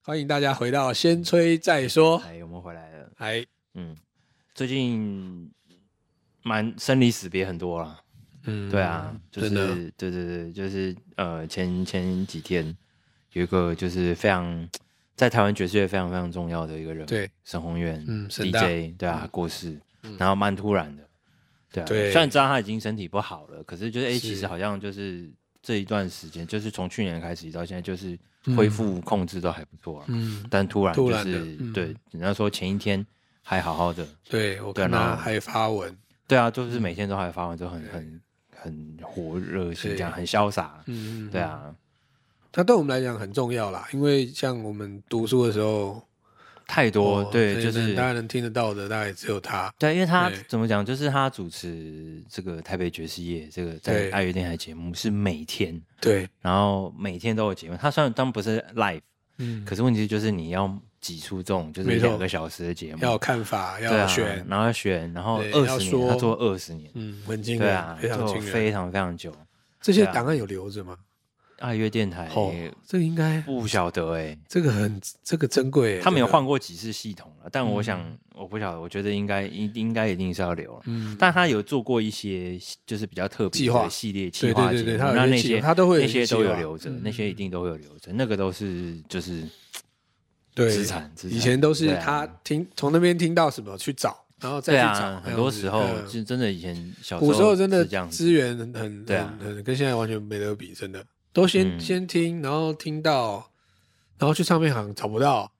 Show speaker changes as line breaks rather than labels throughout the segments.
欢迎大家回到先吹再说。
哎，我们回来了。
哎，
嗯，最近蛮生离死别很多啦。
嗯
对啊，就是
真的，
对对对，就是呃，前前几天有一个就是非常在台湾爵士乐非常非常重要的一个人，
对，
沈宏源，
嗯沈大
DJ，对啊，过世，然后蛮突然的，对啊，
对
虽然知道他已经身体不好了，可是就是哎、
是
其实好像就是这一段时间，就是从去年开始到现在，就是恢复控制都还不错啊，
嗯，
但突然
突
就
然的
是
嗯
对，人家说前一天还好好的，
对我看
对然
他
后
还发文，
对啊，就是每天都还发文，都很很很火热，是这样，
对
很潇洒，
嗯，
对，啊，
他对我们来讲很重要啦，因为像我们读书的时候，
太多
哦
对，
那
就是
大家能听得到的，大概只有他，
对，因为他
对
怎么讲，就是他主持这个台北爵士夜这个
对
在爱乐电台节目是每天，
对，
然后每天都有节目。他虽然当然不是 live，
嗯，
可是问题就是你要挤出这种就是
没错
两个小时的节目，
要有看法，
对
要
啊
选，，
然后要选，然后
对要
二十
说
年，他做二十年，
嗯，很惊
对
人，
啊，
非常
做
惊人。
非常非常久。
这些
对啊哎
档案有留着吗？
爱乐电台
哦，这个应该，
不晓得哎、
这个很，这个珍贵耶，
他们
这
有
个，嗯
换过几次系统了，但我想、我不晓得，我觉得应该应应该一定是要留了。
嗯，
但他有做过一些就是比较特别
计划
的系列计
对
划
对
节
对对
目，
他有
那
一些
那
计划
些
他都会有
那
一些
些
计
都有
划
留着
嗯，
那些一定都会有留着，那个都是就是
对，
资产资产
以前都是
对啊
他听从那边听到什么去找，然后再
对
去找这样
啊，
子。
很多时候
嗯
就真的以前小
古时候真的
是这样子，
资源很很
对啊
很很跟现在完全没得比，真的都先
嗯
先听，然后听到，然后去唱片行找不到，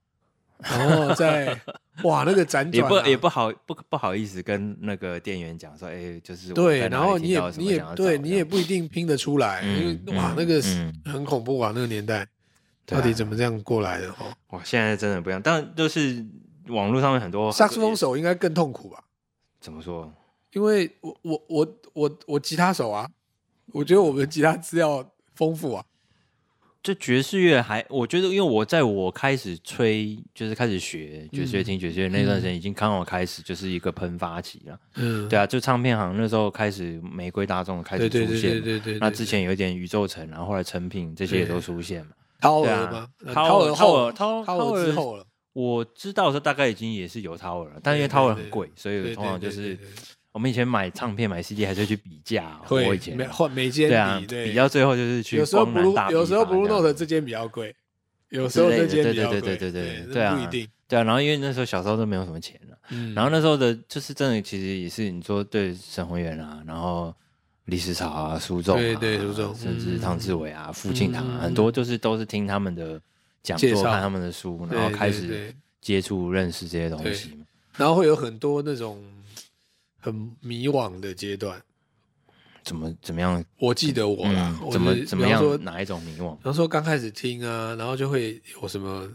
然后 再哇那个辗
也
转
不
啊
也不好不不好意思跟那个店员讲说，哎，就是我
对，
在哪
然
里
后你
听
也
到什么
你也
想要
对
找
你
这
也
样
不一定拼得出来，因为
嗯
哇
嗯
那个是
嗯
很恐怖啊，那个年代
对啊
到底怎么这样过来的哦？
哇，现在真的不一样，但就是网络上面很多
萨克斯风手应该更痛苦吧？
怎么说？
因为我我我我我吉他手啊，我觉得我们吉他资料丰富啊，
就爵士乐还，我觉得，因为我在我开始吹，就是开始学爵
嗯
士乐、听爵士乐那段时间，已经刚好开始就是一个喷发期了。
嗯，
对啊，就唱片行那时候开始，玫瑰大众开始
对
出
对
现嘛。
对对对对，
那之前有一点宇宙城，然后后来成品这些也都出现嘛。
掏
对
耳
啊
吗？呃，
掏
掏
耳
耳
掏
后
耳
掏
掏掏
耳之
耳
后了，
我知道的时候大概已经也是有掏耳了，但因为
对
掏耳
对
很贵，所
对
以
对
通常
对
就
对
是
对
我们以前买唱片、买 CD 还是去比价哦。
会
我以前
每换每间
对啊，
比
比较最后就是去
有时候
光南
blue
大批
有时候
发这样
blue note 这间比较贵，有时候
之类
这
的
间
对
比较贵，
对对对对对
那
对啊
不一定，
对啊，然后因为那时候小时候都没有什么钱了。
嗯
然后那时候的，就是真的，其实也是你说对沈宏源啊，然后李时潮啊、苏仲、啊，
对对苏仲
甚至
嗯
汤志伟啊、傅庆堂
嗯
啊，
嗯
很多就是都是听他们的讲
介
座、
绍
看他们的书，
对
然后开
对
始
对
接触、认识这些东西嘛。
然后会有很多那种很迷惘的阶段，
怎么怎么样？
我记得我啦，
嗯
我
怎么
是
怎么
比方说
样？哪一种迷惘
比？方说刚开始听啊，然后就会有什么，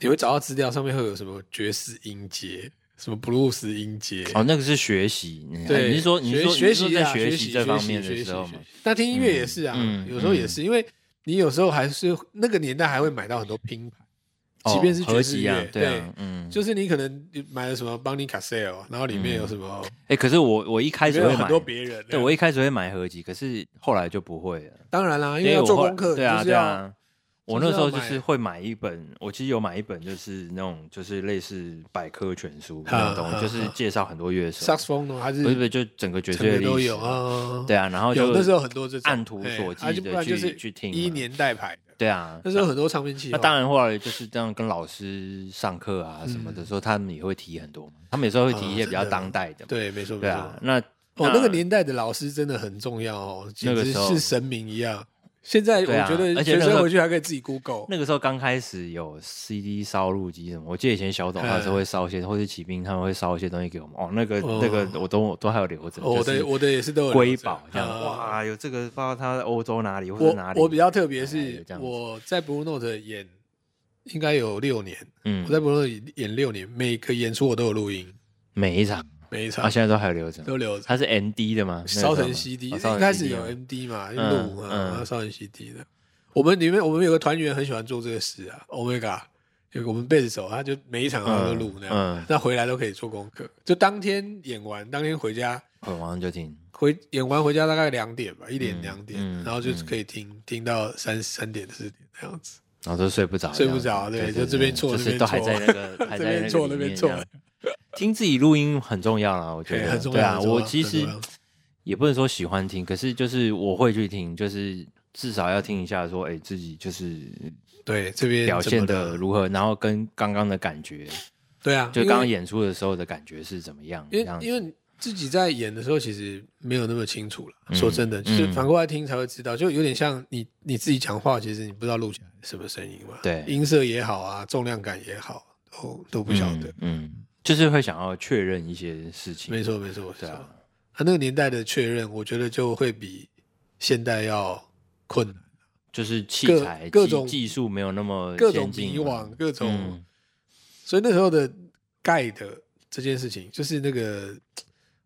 你会找到资料上面会有什么爵士音节，什么布鲁斯音节。
哦，那个是学习，你
对，
啊你是说你是
学学
说你
习
是说
啊
在
学
习这方面的时候？
学习
嘛
学习？那听音乐也是啊，
嗯嗯
有时候也是，因为你有时候还是那个年代还会买到很多拼盘，即便是
哦合
爵士
集
乐，
啊，对啊，嗯，
就是你可能买了什么邦尼卡塞尔，然后里面有什么，
哎，可是我我一开
里
始
面有
会
很
买
多，别人。啊
对我一开始会买合集，可是后来就不会了。
当然啦，因
因
为
为
要
我
做
后来
功课，
对啊，
就是
对
要
啊。我
就是
那时候
要
就
买
是会买一本，我其实有买一本，就是那种就是类似百科全书
哈
那种东
哈
西，就是介绍很多乐手
萨，克斯风啊呢，还是
不是不是，就整个爵士
整
乐
个都
历史
有。啊。
对啊，然后
有
就
那时候很多这种
按图索
哎啊
骥
就不然
的
就是
去去听
一
嘛。
年代牌的，
对啊，
那时候很多唱片企
那
划。
当然后来就是这样跟老师上课啊什
嗯
么的时候，他们也会提很多嘛，他们有时候会提一些比较当代的嘛。
啊对，没错没
对
错。
啊，那
哦，那个年代的老师真的很重要哦，简
那个
直
时候
是神明一样。现在我
对啊
觉得
而且
学
那时
生
候
回去还可以自己 Google。
那个时候刚开始有 CD 烧录机什么，我记得以前小董
嗯
他是会烧一些，或是骑兵他们会烧一些东西给我们。哦，那个、
哦
那个我都我都还有留着，
哦我的
就是
我的也是都有留
瑰
着
宝这样。
啊
哇，有这个不知道他在欧洲哪里或者哪
我
里。
我比较特别
哎
是
有这样子
我在 Blue Note 演，应该有六年，
嗯
我，在 Blue Note 演六年，每个演出我都有录音，
每 一场
每一
啊，
场
现在都还有留着。
都留着。
它是 ND 的吗？哦
烧成 CD，一开始有
n
MD 嘛，就
嗯
录嘛，
嗯
然后烧成 CD 的。我们里面我们有个团员很喜欢做这个事啊，Omega，有个我们贝斯手，他就每一场他都录那样，
嗯，
那回来都可以做功课，就当天演完，当天回家，
我马哦上就听。
回演完回家大概两点吧，一点
嗯
两点，
嗯
然后就
嗯
可以听听到三三点四点这样子，
然后都睡不着，
睡不着
这样
对
子
就这边错
就
那
是
边
都还
错
在那个 还
这
在
边
那
错
个
那
里
边
面这
错
样。听自己录音很重要啦，我觉
对
得
很重要
对啊，
很重要
我其
很重
实
要
也不能说喜欢听，可是就是我会去听，就是至少要听一下说，哎、自己就是
对这边
表
怎么
现
了
的如何，然后跟刚刚的感觉，
对啊，
就
因为
刚刚演出的时候的感觉是怎么样？
因
这
为
样子
因为自己在演的时候，其实没有那么清楚了。
嗯
说真的，就是
嗯
反过来听才会知道，就有点像你你自己讲话，其实你不知道录起来是什么声音嘛。
对
音色也好啊，重量感也好，都都不晓得。
嗯，嗯，就是会想要确认一些事情，
没错，没错，没错。
对
他
啊、
那个年代的确认，我觉得就会比现代要困难，
就是器
各
材
各
技
种
技术没有那么
各种
先进
迷
嘛
惘，各种。
嗯
所以那时候的盖的这件事情，就是那个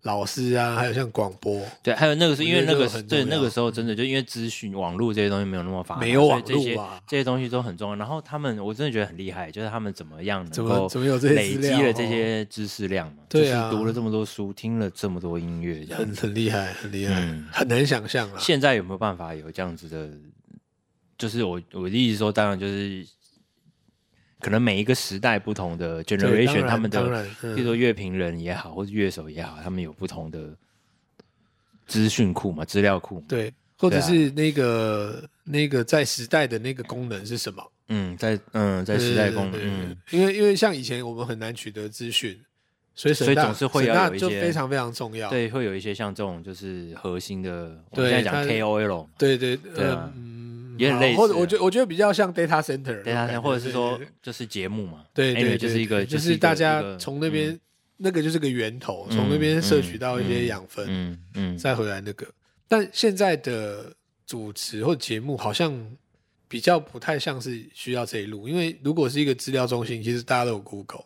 老师啊，还有像广播，
对，还有那个是因为那
我觉得
个
这个很重
对
要嗯
那个时候真的就因为资讯网络这些东西没有那么发达，
没有网络啊
所以这些这些东西都很重要。然后他们我真的觉得很厉害，就是他们怎么样
怎
能
么
够
怎么有这些
累
资
积
料
了
哦
这些知识量嘛？
对啊
就是读了这么多书，听了这么多音乐，这样
很很厉害，很厉害，
嗯
很难想象啊。
现在有没有办法有这样子的？就是我我的意思说，当然就是可能每一个时代不同的
对当
generation，
然
他们的
当然，嗯
比如说乐评人也好，或者乐手也好，他们有不同的资讯库嘛、资料库嘛。
对，或者
对啊
是那个、
啊
那个在时代的那个功能是什么？
嗯，在嗯，在时代功
对
能，
对对
嗯，
因为因为像以前我们很难取得资讯，所以
所
沈
以
大
总是会
沈
要
大
有一
就
些
非常非常重要。
对，会有一些像这种就是核心的，我
对
们现在讲
它
KOL 嘛，
对对
对啊
嗯
也很
好
类似
或者我
啊
觉我觉得比较像 data center 那种
对他
感觉
或者是说
对
就是节目嘛，
对对
anyway，
对，
就是
对
一个
就
就是一
是
个
大
一
家
个
从那边
嗯
那个就是个源头，
嗯
从那边摄取到一些养分，
嗯嗯，
再回来那个。但现在的主持或节目好像比较不太像是需要这一路，因为如果是一个资料中心，其实大家都有 Google。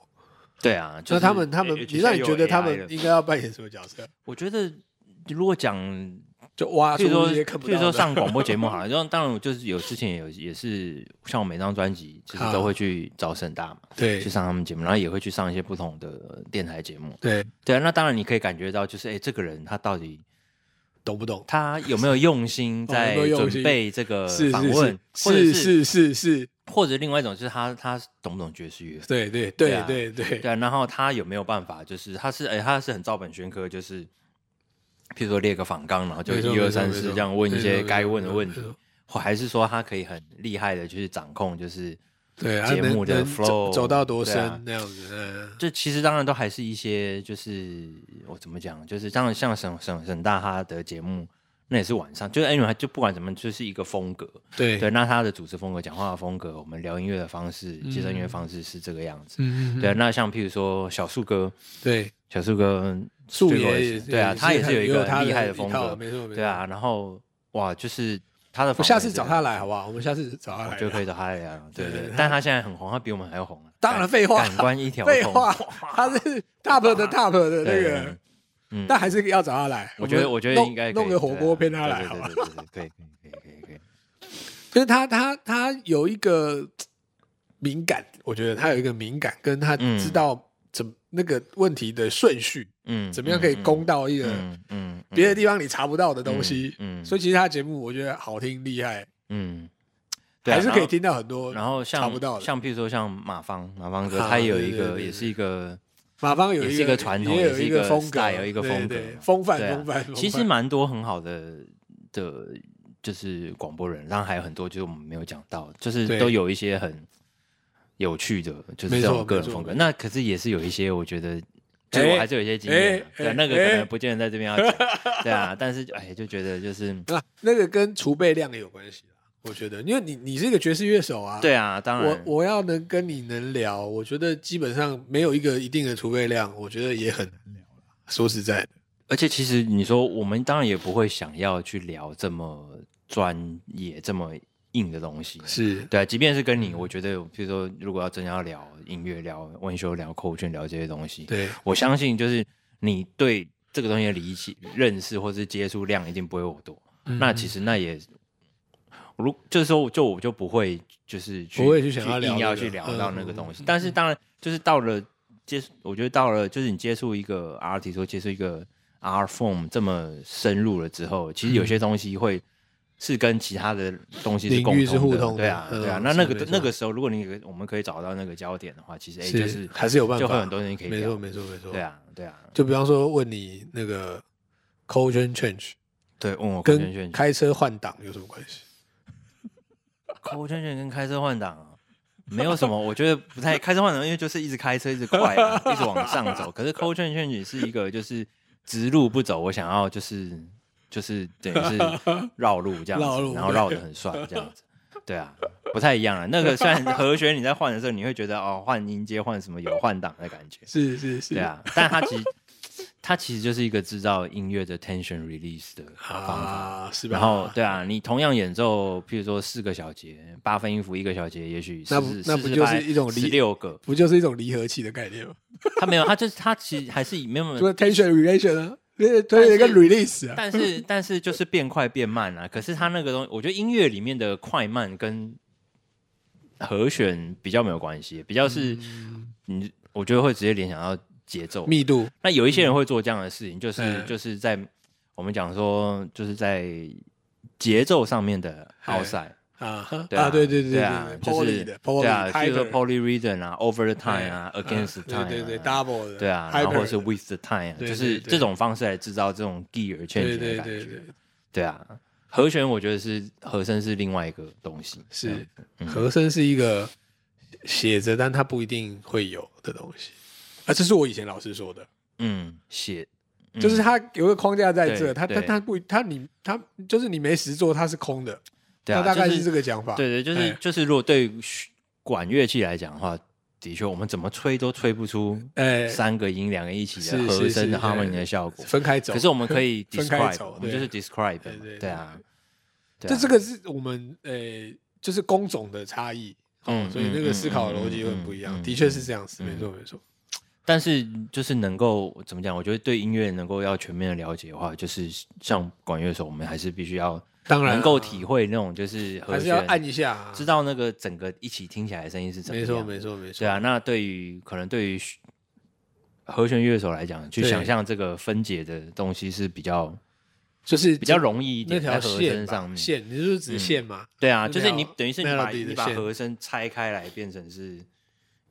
对啊，就
那
是
他们他们
尤，其
你那
现
你
在
觉得
有
他
AI 了
们应该要扮演什么角色？
我觉得如果讲，
就挖
譬
出
如说
一些看不
譬
到
如
的
说上广播节目好了，然后当然我就是有之前也有也是像我每张专辑其实
啊
都会去找沈大嘛，
对
去上他们节目，然后也会去上一些不同的电台节目，
对，
对啊，那当然你可以感觉到就是哎，这个人他到底。
懂不懂？
他有没有用心
哦
在
有没有用心
准备这个
是
呃访问，或者
是是是是是，
或者另外一种就是他他懂不懂爵士乐？
对对
对
对
啊
对对
对啊，然后他有没有办法？就是他是哎、他是很照本宣科，就是譬如说列个访纲，然后就
没错
一二
没错
三
没
四
错
这样问一
没错没
些
错
该问的
没错
问
没
题
错，
或还是说他可以很厉害的去掌控，就是
对，啊
节
能
目的
能
flow
走走到多
对啊
深那样子？嗯，
这其实当然都还是一些，就是我怎么讲，就是当然像沈沈沈大哈的节目，那也是晚上，就是因为他就不管怎么，就是一个风格。
对
对，，那他的主持风格、讲话的风格，我们聊音乐的方式、
哎嗯
介绍音乐方式是这个样子。
嗯嗯
对，那像譬如说小树哥，
对，
小树哥
素
Street
颜
Voice，
也
对啊，他也是有一个
他
很厉害
的
的
一
风
套
格，
没错没错，
对啊，然后哇，就是他的
我
访
下
问
次
也是
找
很
他来好不好？我们下次找他来
就可以
聊。
找他来聊，对
对
对
对。
但他现在很红，他比我们还红啊，
当然废话
感官一条
废
通
话，他是 top 的 top 的那
对
个，，
嗯
但还是要找他来。
我觉得
们
我觉得
弄
应该可以
弄个火锅
对
陪
啊
他来
对
好
对
吧？
对对对，可以可以可以可以可以，
就是他他他有一个敏感，我觉得他有一个敏感，跟他
嗯
知道怎么那个问题的顺序，
嗯，
怎么样可以
嗯
攻到一个
嗯嗯嗯
别的地方你查不到的东西。
嗯嗯
所以其实他节目我觉得好听厉害，
嗯，对啊
还是可以。听
然
到
后
很多。
然后像
查不到的
像譬如说像马芳，马芳哥
啊
他也有
对
一
对
个，
对
也
对
是 一个
马芳有
也
一
是一个传统
也
也
有
是一
个
个
风格，
style，一个
对
风格
对
嘛
风范
对啊
风范。
其实
风范
蛮多很好的的，就是广播人，然后还有很多就是我们没有讲到，就是
对
都有一些很有趣的，就是
没
这
错
种个人
没错
风格。
没错
那可是也是有一些，我觉
哎
得。就是我还是有一些经验啊、
哎
对啊、
哎
那个可
哎
能不见得在这边要讲，对啊，但是就哎，就觉得就是，
啊，那个跟储备量也有关系啦，我觉得，因为你你是一个爵士乐手啊，
对啊，当然
我，我要能跟你能聊，我觉得基本上没有一个一定的储备量，我觉得也很难聊啦。说实在的，
而且其实你说，我们当然也不会想要去聊这么专业、这么硬的东西。
是
对啊，即便是跟你，我觉得，比如说，如果要真要聊音乐、聊文修、聊扣圈、聊这些东西，
对
我相信就是你对这个东西的理解、认识或是接触量一定不会我多。
嗯
那其实那也，如就是说，就我就不会就是去
不会去想要聊
硬要
这
去
个
聊到
嗯
那个
嗯
东西。但是当然，就是到了接触，我觉得到了就是你接触一个 R
嗯
T，说接触一个 R form 这么深入了之后，其实有些东西会是跟其他的东西
领
是
域
共
是互
的，
通的
对啊，
嗯
对啊。那
是
那个
没错
那个时候，如果你有个我们可以找到那个焦点的话，其实哎，
是
就是
还是有办法
就会很多东西可以
没
聊
错，没错，没错。
对，啊，对啊，
就比方说问你那个 culture change
对，问我口圈
跟
圈，
开车换挡有什么关系？
口圈圈跟开车换挡啊。 没有什么，我觉得不太开车换挡，因为就是一直开车，一直快、啊，一直往上走。可是抠圈圈也是一个就是直路不走，我想要就是就是等于是绕路这样
绕
子，
路
然后绕得很帅这样子。对啊，不太一样了。那个虽然和弦你在换的时候，你会觉得哦，换音阶换什么有换挡的感觉，
是是是
对，啊。但它其实它其实就是一个制造音乐的 tension release 的方法。
啊，是吧？
然后对啊，你同样演奏，譬如说四个小节，八分音符一个小节，也许
那不那不就是一种
十
理
六个？
不就是一种离合器的概念吗？
他没有，他就是他其实还是以没有没有，
说 tension relation 啊，推推一个 release 啊，
但是但是就是变快变慢啊。可是他那个东西，我觉得音乐里面的快慢跟和弦比较没有关系，比较是你我觉得会直接联想到节奏。
嗯密度
那有一些人会做这样的事情，就是、
嗯
就是在我们讲说就是在节奏上面的奥赛。
啊
对啊，
对对对
对啊，
p o
就
l y
是
的 p o
对
l
啊，
y
譬
t i
如说
g e
poly reason 啊，over the time 啊，against time 啊，
对对对，double 的，
对啊，然后或者是
Hyper 的
with the time，啊
对对
就是
对
这种方式来制造这种 gear
对
change 的
对
感
对
觉
对，，
对啊，和弦我觉得是和声是另外一个东西，
是
嗯
和声是一个写着，但它不一定会有的东西。啊，这是我以前老师说的，
嗯，写嗯
就是它有个框架在这，
对
它它
对
它不它你它就是你没实做，它是空的，
对啊，
那大概
就是
这个讲法。
对对，就是
哎
就是如果对于管乐器来讲的话，的确我们怎么吹都吹不出
哎，
三个音两个一起
是
的
是
和
是
声的
对
harmony 的效果，
分开走。
可是我们可以
分开
describe，
走
我们就
对
是 describe，
对
嘛
对
对啊，对
这
啊
这个是我们呃，就是工种的差异，哦
嗯，
所以那个思考的逻辑会
嗯嗯
不一样。
嗯
的确是这样子，
嗯
没错没错。
但是就是能够怎么讲？我觉得对音乐能够要全面的了解的话，就是像管乐手，我们还是必须要
当然啊
能够体会那种就是和
还是要
弦，
按一下啊，
知道那个整个一起听起来的声音是怎么
没
样。
错没错没错。
对啊，那对于可能对于和弦乐手来讲，去
对
想象这个分解的东西是比较
就是
比较容易一
那
点，在
条
和
线
声
吧
上面。
线，你就是指线嘛？
对啊，
那
就是
条
你等于是你把
melody 的
你把
线
和声拆开来，变成是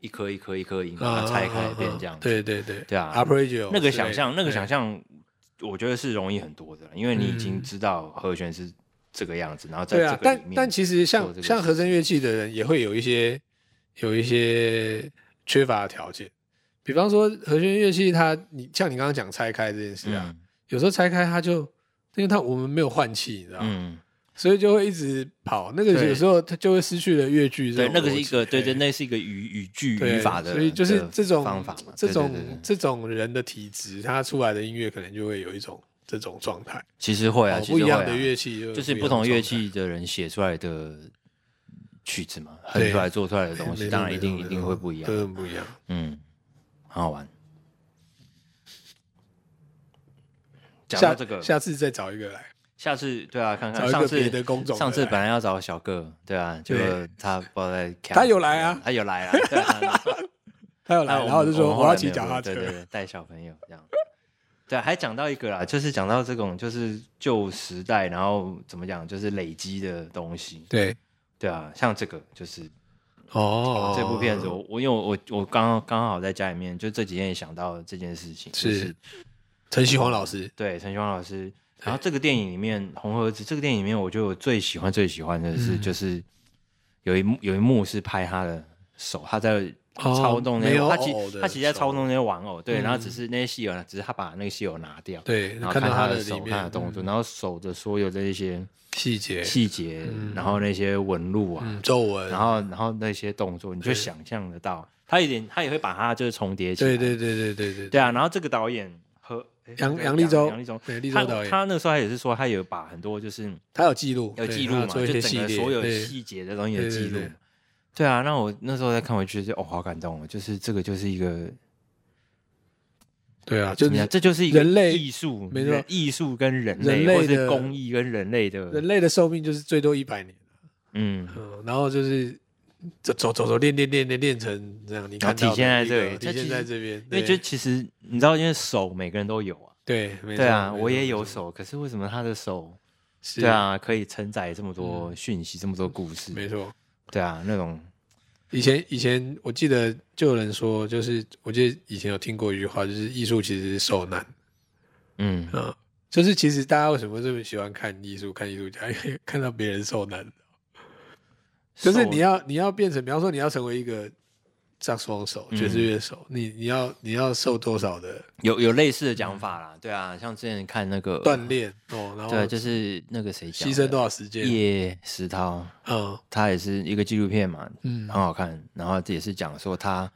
一颗一颗一颗
啊
音，嗯把它拆开来变这样子。
对哦对对
对啊
a p p r i g i o
那个想象，那个想象，我觉得是容易很多的，因为你已经知道和弦是这个样子，然后
嗯
在
对
这
啊，
个里
但
面，
但其实
做这
像
个
像
事
和声乐器的人也会有一些有一些缺乏的条件，比方说和弦乐器它，你像你刚刚讲拆开这件事啊，
嗯
有时候拆开它就因为它我们没有换气，你知道吗？
嗯，
所以就会一直跑，那个
对
有时候它就会失去了乐句这
对，
种逻辑。
那个是一个对对，
嘿
那是一个语语句
对
语法的，
所以就是
的
这种
方法嘛，
这
对
种
对对对
这种人的体质，他出来的音乐可能就会有一种这种状态。
其实会啊，
哦
其实
不一样
会啊
的乐器
就是
不
不
一样
同
的
乐
状态
器的人写出来的曲子嘛，
对
哼出来做出来的东
没
西，
错
当然一定
没
一
错
定会不一
真
样，
的不一样。
嗯，很好玩。讲
下
到这个，
下次再找一个来，
下次对啊，看
找
看
一
上
个
次
别的工种的来。
上次本来要找小个，对啊，结果
对
他不知道在干嘛，
他有来啊
他有来啊， 对啊
他有
那
来，
我
然后
们
就说
们
我
后
要
来
骑
没有
脚踏
对
车。
对对，带小朋友这样。对啊，还讲到一个啦，就是讲到这种就是旧时代，然后怎么讲，就是累积的东西，
对，
对啊，像这个就是
哦
这部片子，我我因为我我我刚刚好在家里面，就这几天也想到这件事情，就是
陈希煌老师，
对，陈雄老师。然后这个电影里面，《红盒子》这个电影里面，我觉得我最喜欢、最喜欢的是，
嗯
就是有一幕有一幕是拍他的手，他在
哦
操纵那
没
些，
有
他
偶偶
其
的
他其实在
手
操纵那些玩偶，对，
嗯
然后只是那些戏偶，只是他把那个戏偶拿掉，，
对，
然后
看到
他
的里
手、
面嗯
看他的动作，然后手的所有的一些
细节、
细节，然后那些纹路啊，
嗯皱纹，
然后然后那些动作，你就想象得到，他有点他也会把它就是重叠起
对
来，
对对对对对，
对啊，然后这个导演和诶
杨
这个
杨立洲，
杨立洲。
对立
他
州导演，
他那时候他也是说，他有把很多就是
他有记录，
有
对
记录
他
嘛，
做
就
一些
整
系
个
列，
所有
对
细节的东西的
对
记录
对对
嘛。对啊，那我那时候再看回去就哦，好感动哦，就是这个就是一个，
对啊，就
怎么
是
样，这就是一个
人类
艺术，
没错
人艺术跟人类，
人类
或者
的
是工艺跟人类的，
人类的寿命就是最多一百年，
嗯，
嗯，然后就是走走走走练练练练练成这样，你看
然后哦体
到的
现在
一
这
个
里
体
这
现
其
在
实
这边，
因为就其实你知道，因为手每个人都有啊，
对对没
对啊，
错没
我
错
也有
没错
手，可是为什么他的手
是嗯
对，啊，可以承载这么多讯息，这么多故事，
没错。
对啊，那种
以前以前我记得就有人说，就是我记得以前有听过一句话，就是艺术其实是受难
嗯，
啊，就是其实大家为什么这么喜欢看艺术、看艺术家，因为看到别人受难，就是
手
你要你要变成，比方说你要成为一个萨克斯风
嗯
手、爵士乐手，你你要你要受多少的
有有类似的讲法啦，对啊，像之前看那个
嗯锻，炼哦，然
嗯对，
后
就是那个谁讲
牺
的
牲多少时间，
叶石涛，
嗯
他也是一个纪录片嘛，
嗯
很好看。然后这也是讲说他，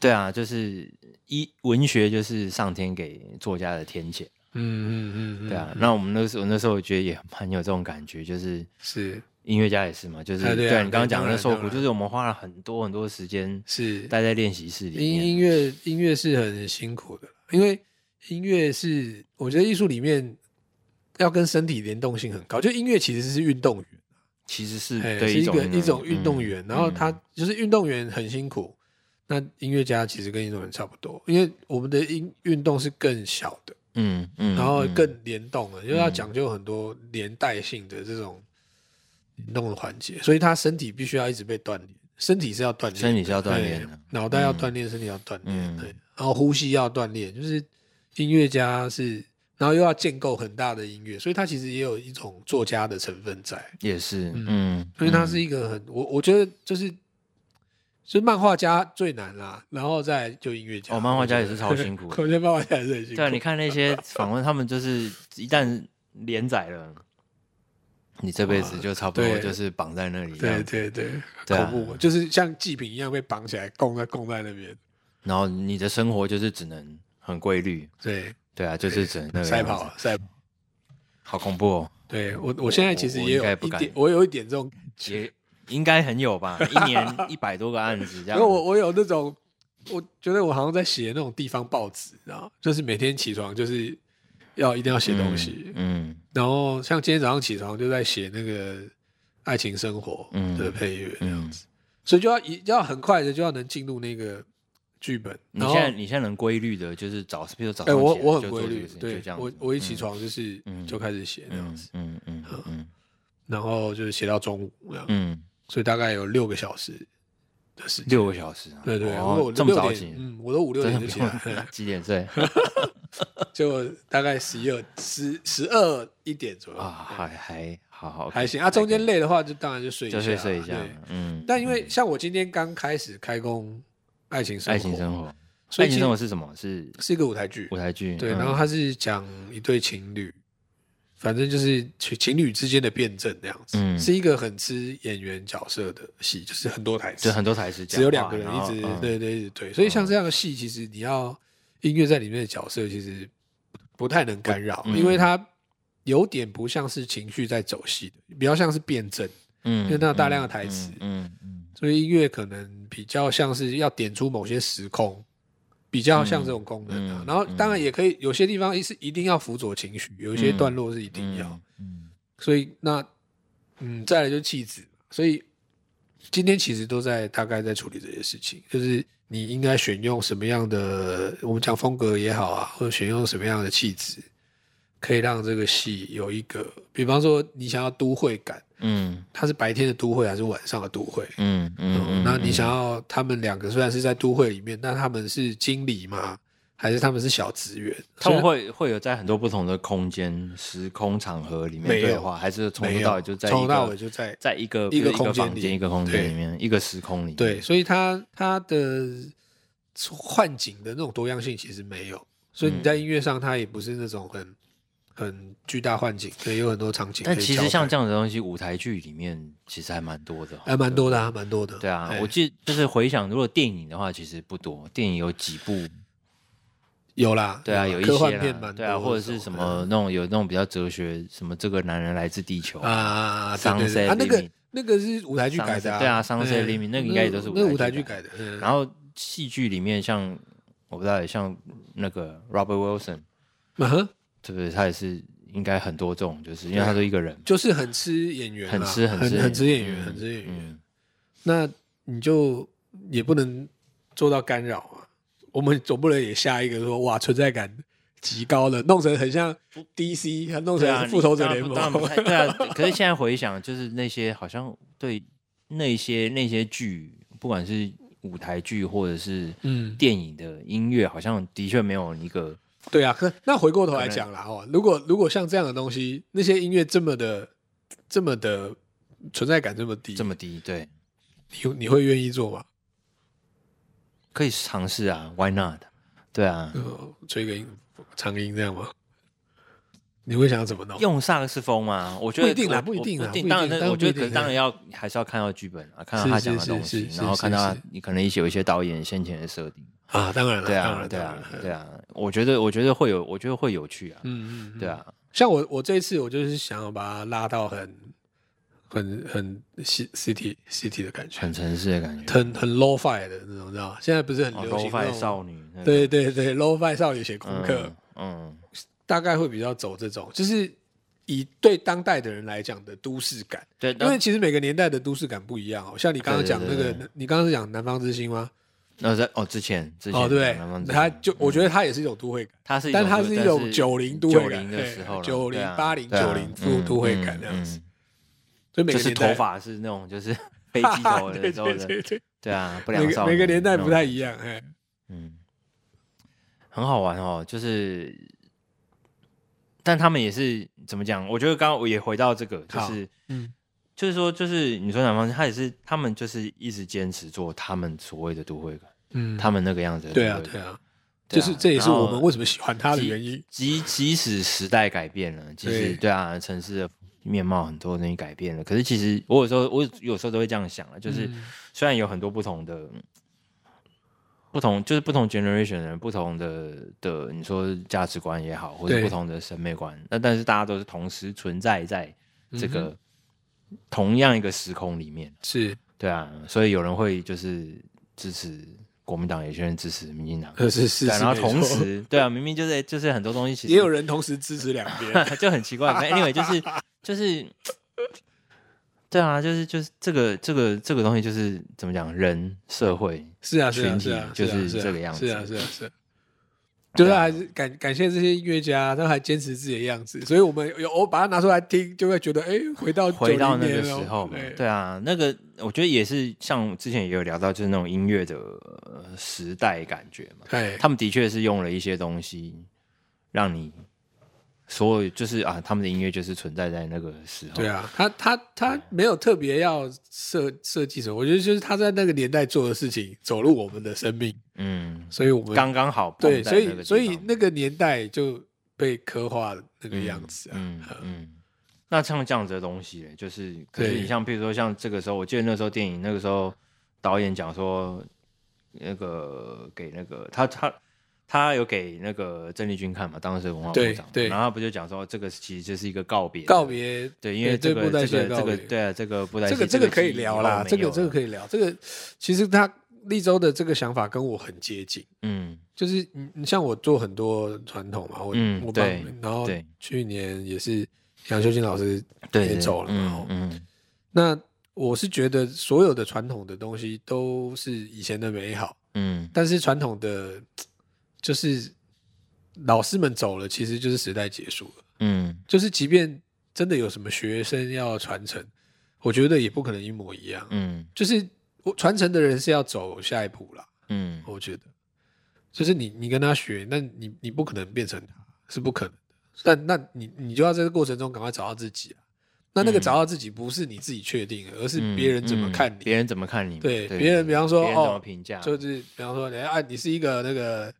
对啊，就是一文学就是上天给作家的天谴，
嗯嗯嗯，
对啊。那我们那时候那时候我觉得也蛮有这种感觉，就是
是
音乐家也是嘛，就是
哎对啊
啊，你刚刚讲的那受
当
苦，
然
就是我们花了很多很多时间
是
待在练习室里
音音
面，
乐音乐是很辛苦的，因为音乐是我觉得艺术里面要跟身体联动性很高，就音乐其实是运动员，
其实是
哎
对
是一个
嗯种
一种运动员，
嗯
然后他
嗯
就是运动员很辛苦，那音乐家其实跟运动员差不多，因为我们的音运动是更小的，
嗯嗯，
然后
嗯
更联动的，因为它讲究很多连带性的这种联动的环节，所以他身体必须要一直被锻炼，身体是要锻炼的，
身体是要锻炼的
哎脑袋要
嗯
锻炼，身体要锻炼，
嗯
对，然后呼吸要锻炼，就是音乐家是，然后又要建构很大的音乐，所以他其实也有一种作家的成分在，
也是
嗯
嗯，
所以他
嗯
是一个很，我我觉得就是。就是漫画家最难啦，然后再来就音乐家。
哦漫画家也是
我觉
超
得
辛苦的
我觉得漫画家也是很辛苦。
对啊，你看那些访问，他们就是一旦连载了，你这辈子就差不多
对
就是绑在那里这
对
样子，
对对，
对啊
恐怖，就是像祭品一样被绑起来，供在供在那边。
然后你的生活就是只能很规律，
对，
对啊，就是只能那个
赛
样子
跑，赛跑。
好恐怖哦，
对我，我现在其实也有
我应该
一
不敢
点，我有一点这种感觉，
也应该很有吧，一 年一百多个案子这
因
样
为
子，
我我有那种，我觉得我好像在写那种地方报纸，你知道吗，就是每天起床就是要一定要写
嗯
东西，
嗯
然后像今天早上起床就在写那个爱情生活
嗯
的配乐，
嗯，
所以就要一要很快的就要能进入那个剧本。
嗯你
然后
现在你现在能规律的，就是早，比如早
哎、
上
我
起来
我很
就
规
做这
律
个事，情就
对
这，样
我
子
我一起
嗯
床就是
嗯
就开始写这样
嗯
子，
嗯嗯嗯 嗯
然后就是写到中午这样，
嗯，
所以大概有六个小时的时间。
六个小时啊，
对对，
哦
如果我
这么
六
早
点
起，
嗯，我都五六
真
点
的
就
不
起
用，
来
几点睡
结果大概十一二十十二一点左右
啊？还还好好
还行啊。中间累的话，就当然就睡一下，
就睡睡一下
对。，
嗯。
但因为像我今天刚开始开工《爱情生
爱
活》，
情生活，
所
爱
以其
情生
实
活是什么？是
是一个舞台剧，
舞台剧，
对，
嗯
然后他是讲一对情侣，反正就是情情侣之间的辩证那样子，
嗯
是一个很吃演员角色的戏，就是很多台词，
就很多台词讲话，
只有两个人
然
一
后
直、
嗯
对对一直对，所以像这样的戏，其实你要音乐在里面的角色，其实不太能干扰，
嗯
因为它有点不像是情绪在走戏的，比较像是辩证，
嗯，
因为那有大量的台词
嗯嗯
所以音乐可能比较像是要点出某些时空，比较像这种功能啊。
嗯嗯
然后当然也可以，有些地方是一定要辅佐情绪，有一些段落是一定要。，
嗯
所以那嗯，再来就是气质，所以今天其实都在大概在处理这些事情，就是你应该选用什么样的，我们讲风格也好啊，或者选用什么样的气质，可以让这个戏有一个，比方说你想要都会感，
嗯
它是白天的都会还是晚上的都会？
嗯嗯
嗯
嗯，
那你想要他们两个虽然是在都会里面，但他们是经理吗？还是他们是小职员？
他们会会有在很多不同的空间、时空场合里面
没有
对话，还是从
没
头
有
到尾就在
从
一
头到
个
尾就在
在一个
一个
比如
空间
房
里
间、一个空间
对
里面、一个时空里，
对，，所以它它的幻景的那种多样性其实没
嗯
有，所以你在音乐上它也不是那种很很巨大幻景，可以有很多场景可以
但
交代。
其实像这样的东西，舞台剧里面其实还蛮多的哦，
还蛮多的、啊，蛮多的。
对啊
哎，
我记得就是回想，如果电影的话，其实不多，电影有几部，
有啦，
对啊，
有
有
啦
一
科幻
些
片蛮
啦，
多
对
的
啊，或者是什么那种有那种比较哲学，什么这个男人来自地球
啊啊，啊啊对对对
Sunset
啊那个
Limit
那个是舞台剧改的、
Sunset- 对啊
哎
Sunset Limit，那个应该也都是
那
舞
舞
台
台
剧
剧
改
改的。嗯
然后戏剧里面像我不知道，像那个 Robert Wilson，
嗯哼，
对不对？他也是应该很多种，就是因为他都一个人，
就是很吃演员啦，啊
很吃
很
吃
很吃演
嗯
员，很吃演员。
嗯
那你就也不能做到干扰啊。我们总不能也下一个说哇存在感极高的，弄成很像 DC，还弄
对啊，
成
你
复仇者
当
联
然不
盟。
当然 不太对啊，可是现在回想，就是那些好像对那些那些剧，不管是舞台剧或者是
嗯，
电影的音乐，好像的确没有一个
对啊。可那回过头来讲啦，哦，如果如果像这样的东西，那些音乐这么的这么的存在感这么低，
这么低。对，
你你会愿意做吗？
可以尝试啊，Why not？对啊，
呃，吹个音长音这样吗？你会想要怎么弄？
用萨克斯风吗？我觉得
不一定啦
我
不一定啦不
我
一定
当然那，
当然
我觉得
不一定
可能当然要还是要看到剧本啊，看
是
到他讲的
是
东
是
西，
是
然后
是
看到他
是
你可能一些有一些导演先前的设定。
啊，当然了，
对
当
啊，
然
对啊
当然，嗯
对啊，我觉得我觉得会有，我觉得会有趣啊。
嗯嗯，嗯
对。啊，
像我我这一次我就是想要把它拉到很很很 ci- city city 的感觉，
很城市的感觉。
很很 low fi 的那种，知道吗？现在不是很
哦
流行那
，lo-fi
种
少女，那个
对对对，low fi 少女写功课，
嗯，嗯，
大概会比较走这种，就是以对当代的人来讲的都市感，
对，
因为
那
其实每个年代的都市感不一样哦。像你刚刚讲那
嗯对对对
个，你刚刚是讲南方之星吗？
那在哦之前之前
哦，对
南方，之
它
星
就我觉得它也是一种都会感。
它是一种，
但它是一种九零都
九
会
零
感，
的时候了，
九零
对啊
八零
对啊
九零都
嗯
都会感
嗯
这样子
嗯，
所以每
就
个
是
年
头
代
发是那种就是飞机头
对
的时候
对
的，
对对，
对啊，不
每
良
个
少
每个
女
年代
那
不
种
太一样，哎，
嗯，很好玩哦，就是，但他们也是怎么讲？我觉得刚刚我也回到这个，就
好
是，
嗯，
就是说，就是你说南方，他也是，他们就是一直坚持做他们所谓的都会感，
嗯
他们那个样子的都
对
会
啊
感。
对啊，
对
就
啊
是这也是我
然
们
后
为什么喜欢他的
即
原因。
即即使时代改变了，即使
对
对啊，城市的面貌很多东西改变了，可是其实我有时候我有时候都会这样想啊，就是、
嗯
虽然有很多不同的。不同就是不同 generation 的人，不同的的，你说价值观也好，或者
对
不同的审美观，那但是大家都是同时存在在这
嗯
个同样一个时空里面，
是，
对啊，所以有人会就是支持国民党，有些人支持民进党，
呃是是，
对啊，
是
然后
没
同
错
时，对啊，明明就是就是很多东西，其实
也有人同时支持两 边，
就很奇 怪。反正 anyway，就是就是，对啊，就是就是这个这个这个东西，就是怎么讲，人社会，
是啊是啊
群
是啊，
体就是
啊啊
这个样子啊
是啊是啊是啊。就是还是感感谢这些音乐家，他们还坚持自己的样子，所以我们有我把它拿出来听，就会觉得哎，回到
回到
90
那个
年哦哎
时
咯
候嘛
对，
对啊，那个我觉得也是像之前也有聊到，就是那种音乐的呃时代感觉嘛，
哎，
他们的确是用了一些东西让你。所有就是啊，他们的音乐就是存在在那个时候，
对啊，他他他没有特别要设设计什么，我觉得就是他在那个年代做的事情走入我们的生命，
嗯，
所以我们
刚刚好碰
对，
在
所
那个
以
地
所以
方
那个年代就被刻画那个样子啊，
嗯嗯嗯。那像这样子的东西嘞，就是可是
对
你像譬如说像这个时候，我记得那时候电影那个时候导演讲说，那个给那个他他。他有给那个郑丽君看嘛，当时的文化部
对
长嘛，
对
然后他不就讲说，这个其实就是一个告别，
告，别
对，因
对
为
对
这个
布袋
这
戏的
个这
告
个
别
对啊，这个布袋戏，
这个这个可以
记忆
聊
后
啦，
没
这个
有
这个
了
可以聊，这个其实他立州的这个想法跟我很接近，
嗯，
就是你你像我做很多传统嘛，我、
嗯
我帮
对
然后
对
去年也是杨秀清老师
对，
也
对
走了嘛
嗯
哦
嗯，
那我是觉得所有的传统的东西都是以前的美好，
嗯，
但是传统的就是老师们走了，其实就是时代结束了。
嗯，
就是即便真的有什么学生要传承，我觉得也不可能一模一样。
嗯，
就是我传承的人是要走下一步啦，
嗯，
我觉得。就是你你跟他学，那你你不可能变成他，是不可能的。但那你你就要在这个过程中赶快找到自己啊。那那个
嗯
找到自己不是你自己确定的，而是
嗯
别人怎么
嗯
看你。
别人怎么看你嘛，
对别人比方说
别人怎么
哦
评价，
就是比方说，你啊，你是一个那个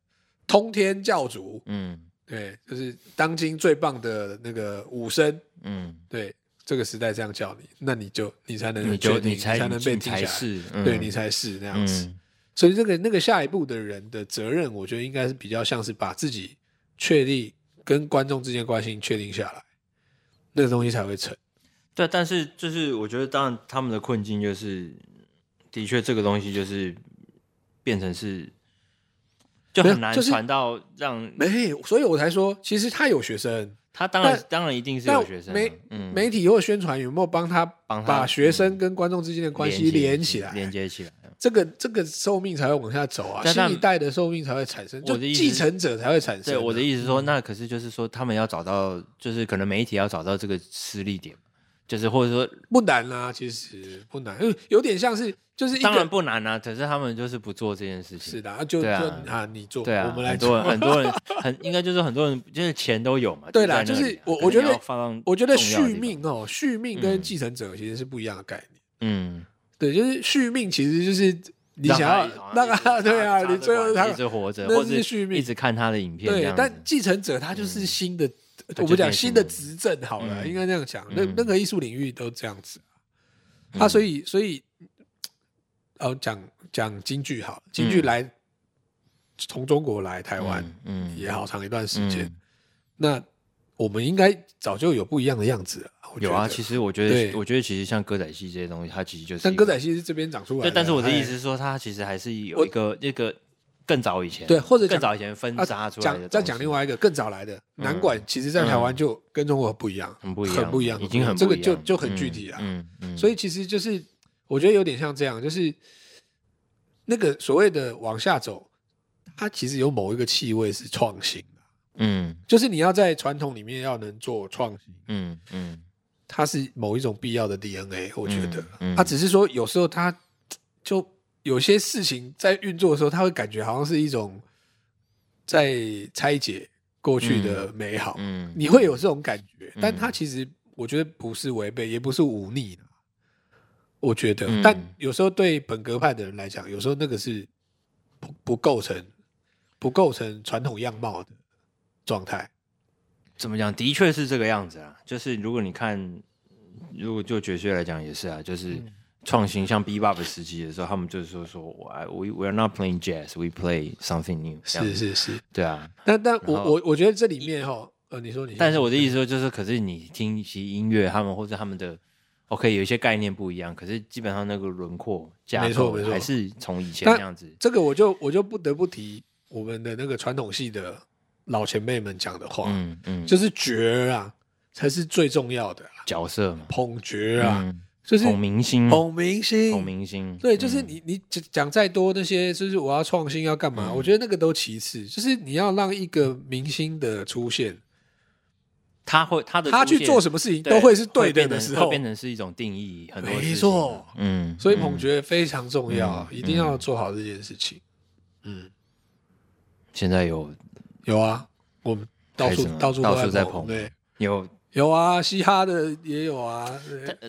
通天教主，
嗯
对，就是当今最棒的那个武生，
嗯。
对，这个时代这样叫你，那你就呃你才能
你
确
就
定
你才
才能被
你
定下
才
来，
是，
对
嗯
你才是那样子。
嗯
所以这个那个下一步的人的责任，我觉得应该是比较像是把自己确立跟观众之间的关系确定下来，那个东西才会成。
对，但是就是我觉得，当然他们的困境就是，的确这个东西就是变成是，就
没有
很难
就是
传到让
没，所以我才说，其实他有学生，
他当然
但
当然一定是
但
有学生啊
媒
嗯
媒体或宣传有没有帮他
帮他嗯
把学生跟观众之间的关系
连
连
起
起来？
连接起来，
这个这个寿命才会往下走啊，
但
新
但
一代的寿命才会产生，
我
就
的意思是
继承者才会产生啊、
对我的意思是说，那可是就是说，他们要找到，就是可能媒体要找到这个失力点，就是或者说，
不难啦、其实不难，因为有点像是就是一
当然
个
不难啊，可是他们就是不做这件事情。
是的啊，就
对啊
就啊，你做，
对啊，
我们来
很
做。
多人很多人很应该就是很多人就是钱都有嘛。
对啦
在那里
就是
啊
我我
可能
觉得
要放到
我觉得
重要的
续
地方
命哦，续命跟
嗯
继承者其实是不一样的概念。
嗯，
对，就是续命其实就是你想要
让
让
他
他对啊，
一直
你最后他
一直活着，
那
或
是
者
续命
一直看他的影片这
对
样，子，嗯
但继承者他就是新的，
对
我
就
们讲
变
新
成
的
了
执政好了，
嗯
应该这样讲。那
嗯
任何艺术领域都这样子啊，啊
嗯
所以所以，哦，讲讲京剧好了，京剧
嗯
来从中国来台湾
嗯，嗯
也好长一段时
嗯
间，那我们应该早就有不一样的样子了。我
有
觉
啊。
得
其实我觉
对
得，我觉得其实像歌仔戏这些东西，它其实就是
但
一
歌
个
仔戏是这边长出来的，
对，但是我的
哎
意思是说，它其实还是有
我
一个那个更早以前，
对或者
更
讲
早以前分
啊，
扎出来
讲
的东西，嗯
再讲另外一个更早来的南管，其实在台湾就跟中国不一样，
很不一样，
很不一样，
已经很
这
不
个
一样
就就很具体了。啊
嗯嗯，
所
以
以其实就是我觉得有点像这样，就是那个所谓的往下走，它其实有某一个气味是创新的，
嗯
就是你要在传统里面要能做创新，
嗯嗯，
它是某一种必要的 DNA，我觉得，
嗯嗯
它只是说有时候它就有些事情在运作的时候，它会感觉好像是一种在拆解过去的美好，
嗯
你会有这种感觉，
嗯
但它其实我觉得不是违背，也不是忤逆的，我觉得，
嗯
但有时候对本格派的人来讲，有时候那个是不不构成不构成传统样貌的状态，
怎么讲？的确是这个样子啊。就是如果你看，如果就爵士乐来讲也是啊，就是
嗯
创新，像 Bebop 时期的时候，他们就是说说，我 we we are not playing jazz, we play something new 这样。
是是是。
对啊，
但但
然
我
后
我我觉得这里面哈，呃，你说你先，
但是我的意思说，就是可是你听一些音乐，他们或者他们的 OK 有一些概念不一样，可是基本上那个轮廓架
没错
构
没错
还是从以前
但
那样子。
这个我就我就不得不提我们的那个传统系的老前辈们讲的话，
嗯嗯，
就是角儿啊才是最重要的啊、
角色嘛，
捧角儿啊，
嗯，
就是
捧明星，
捧明星，
捧明星，
对，就是
嗯
你你讲讲再多那些，就是我要创新要干嘛，
嗯
我觉得那个都其次，就是你要让一个明星的出现，
他会他的
他
出
去
现
做什么事情
对
都会是对的
变
的
成
时
会
候，
变成是一种定义，很多
没
事情啊
错
嗯，
所以捧
嗯
角非常重要，
嗯
一定要做好这件事情。嗯，
现在有
有啊，我们到
开
处
始吗
到处
到
都
处
在
在
捧，
捧
对，
有
有啊，嘻哈的也有啊，对
呃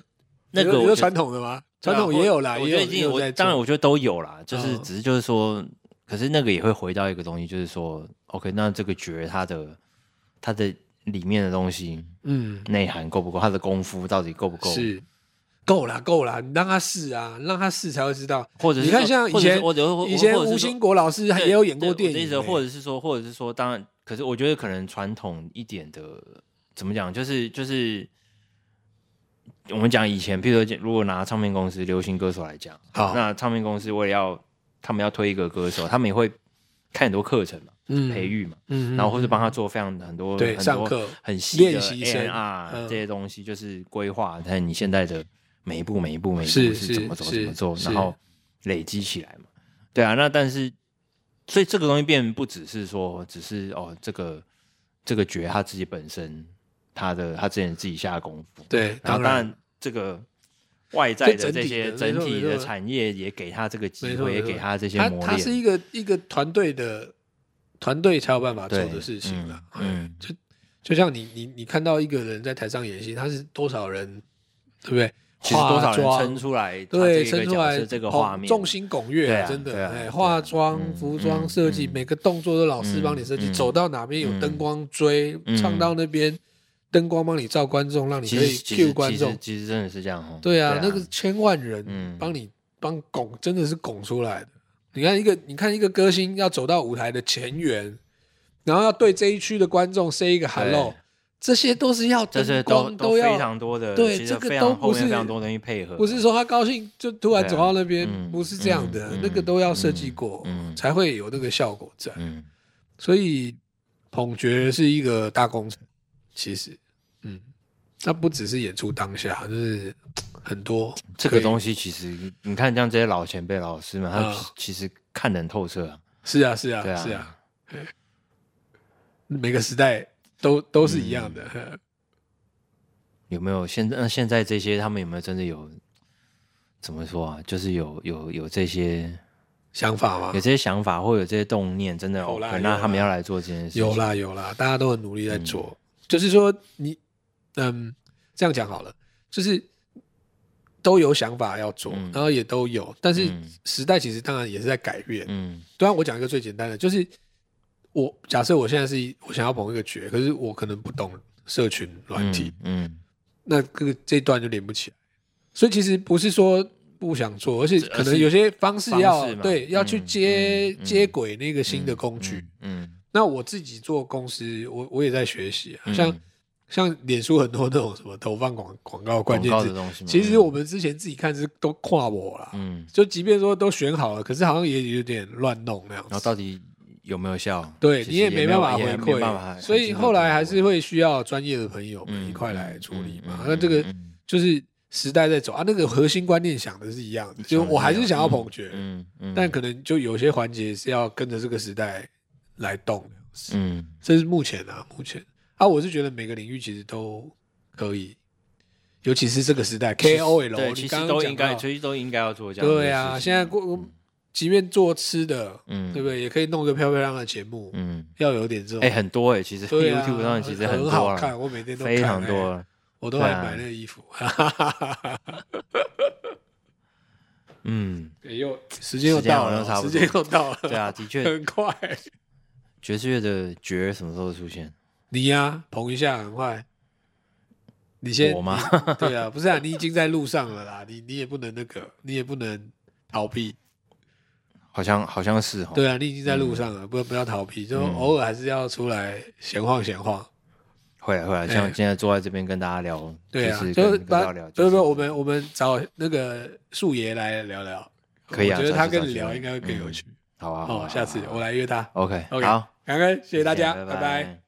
那
你
个
说你
我
说
觉得
传统的吗？传
对
统
啊
也有啦，
我
也有
觉得已
也
经
有在做
我当然我觉得都有啦，就是
嗯
只是就是说，可是那个也会回到一个东西，就是说，OK，那这个角它的它的里面的东西
嗯
内涵够不够，它的功夫到底够不够？，
是够啦够啦，你让他试啊，让他试才会知道。
或者是
你看
说
像以
或者是
前
我觉得我
以前
或者是
吴
说
兴国老师
对
也有演过
对
电
我的意
影
思
欸，
或者是说，或者是说，当然，可是我觉得可能传统一点的，怎么讲，就是就是我们讲以前，譬如说，如果拿唱片公司、流行歌手来讲，
好
那唱片公司为了要他们要推一个歌手，他们也会看很多课程嘛，
嗯
培，育嘛，
嗯
然后或是帮他做非常很多
对
很多
上课
很细的
练习生
A&R
嗯
这些东西，就是规划在你现在的每一步每一步每一步
是
是怎么
是
走怎么做，
是
然后累积起来嘛。对啊，那但是所以这个东西变不只是说只是哦这个这个觉他自己本身他的他之前自己下的功夫，
对，
然后
当
当然这个。外在
这
的这
整体
些
的
整
没错
体
没
的
错
产业也给他这个
没
机
错
会，也
没错
给他这些
他
磨
他是
练。
一个一个团队的团队才有办法做
对
的事情了。
嗯
嗯
嗯，
就就像你你你看到一个人在台上演戏，他是多少人，对不对？
其实多少
化妆
人撑出来他
对，
这个
生出
角
来
色这个
哦
画面，
众星拱月
对
啊，
啊
真
对
的，
啊对
哎，
啊
化妆
嗯、
服装设计，
嗯嗯
每个动作都老师帮你设计，
嗯嗯
走到哪边有灯光追，
嗯
唱到那边灯光帮你照观众，让你
其
可以
实其实
cue 观
其
众
实，其实真的是这样哦。
对啊，那个千万人
嗯
帮你帮拱，真的是拱出来的。你看一个，你看一个歌星要走到舞台的前缘，然后要对这一区的观众 say 一个 hello，这些都是要
这
灯
些都
光
都非
要
常多的，
对
其
这
实
个
非
都
常
不
后面
是
非常多东西配合，
不是说他高兴就突然
对啊
走到那边，
嗯
不是这样的，
嗯
那个都要设计过，
嗯嗯
才会有那个效果在。
嗯，
所以捧角是一个大工程，其实，嗯，它不只是演出当下，就是很多
这
可
个
以
东西其实你看，像这些老前辈老师们，他
嗯
其实看得很透彻啊。
是啊，是啊，
对啊
是啊，每个时代都都是一样的。
嗯有没有现在？那现在这些他们有没有真的有怎么说啊？就是有有有这些
想法嘛
有，这些想法，或有这些动念，真的
啊有啦
OK，
有
那他们
啦
要来做这件事情。
有啦有啦，大家都很努力在做。
嗯
就是说你，嗯，这样讲好了，就是都有想法要做，
嗯
然后也都有，但是
嗯
时代其实当然也是在改变。
嗯
对啊，我讲一个最简单的，就是我假设我现在是我想要捧一个角，可是我可能不懂社群软体，
嗯，
那这个这一段就连不起来。所以其实不是说不想做，而是可
而
能
是
有些方式要
方式嘛
对要去
嗯
接、
嗯嗯
接轨那个新的工具。
嗯，
那我自己做公司，我我也在学习、啊，
嗯
像、像脸书很多那种什么投放广广告关
广
键
告的
字，
东西嘛。
其实
嗯
我们之前自己看是都跨我啦，
嗯，
就即便说都选好了，可是好像也有点乱弄那样子。
然后到底有没有效？
对
其
你
实
也
没
没办法
有
回
也没办法
馈，所以后来还是会需要专业的朋友们
嗯
一块来处理嘛
嗯嗯。
那这个
嗯
就是时代在走啊，那个核心观念想的是一样的，就我还是想要捧角，
嗯嗯，
但可能就有些环节是要跟着这个时代来动的。
嗯
这是目前啊，目前啊，我是觉得每个领域其实都可以，尤其是这个时代 KOL，
对，
你
其
刚
实
刚
都
讲
应该，
到
其实都应该要做这样的事情。
对啊，现在过即便做吃的，
嗯
对不对，也可以弄个漂漂亮亮的节目，
嗯，
要有点这
哎，
种。
很多哎，其实
对啊
YouTube 上其实
很
多
好
了
看我每天都
非
看
常
哎
多了。
我都
对
还
啊
买那个衣服，哈哈哈哈哈。
嗯，
又时间又
时间
到
好像差
了，
不
时
多
间又到了，
对啊，的确，
很快。
爵士乐的爵什么时候出现？
你呀、捧一下，很快。你先
我吗？
你对啊，不是啊，你已经在路上了啦， 你你也不能那个，你也不能逃避。
好像好像是哈。
对啊，你已经在路上了，
嗯
不不要逃避，就偶尔还是要出来闲晃闲晃。
会啊会啊，像现在坐在这边跟大家聊，
哎对啊
就，是
就
跟
是
跟
把
大家聊，
不
就是
不，我们我们找那个树爷来聊聊，
可以啊
我觉得他
找机
跟
会
你聊应该会更
嗯
有趣。
好啊，好
哦
啊，
下次
好啊
我来约他。
OK
OK，
好，
感恩，谢谢大
再见
家，拜拜。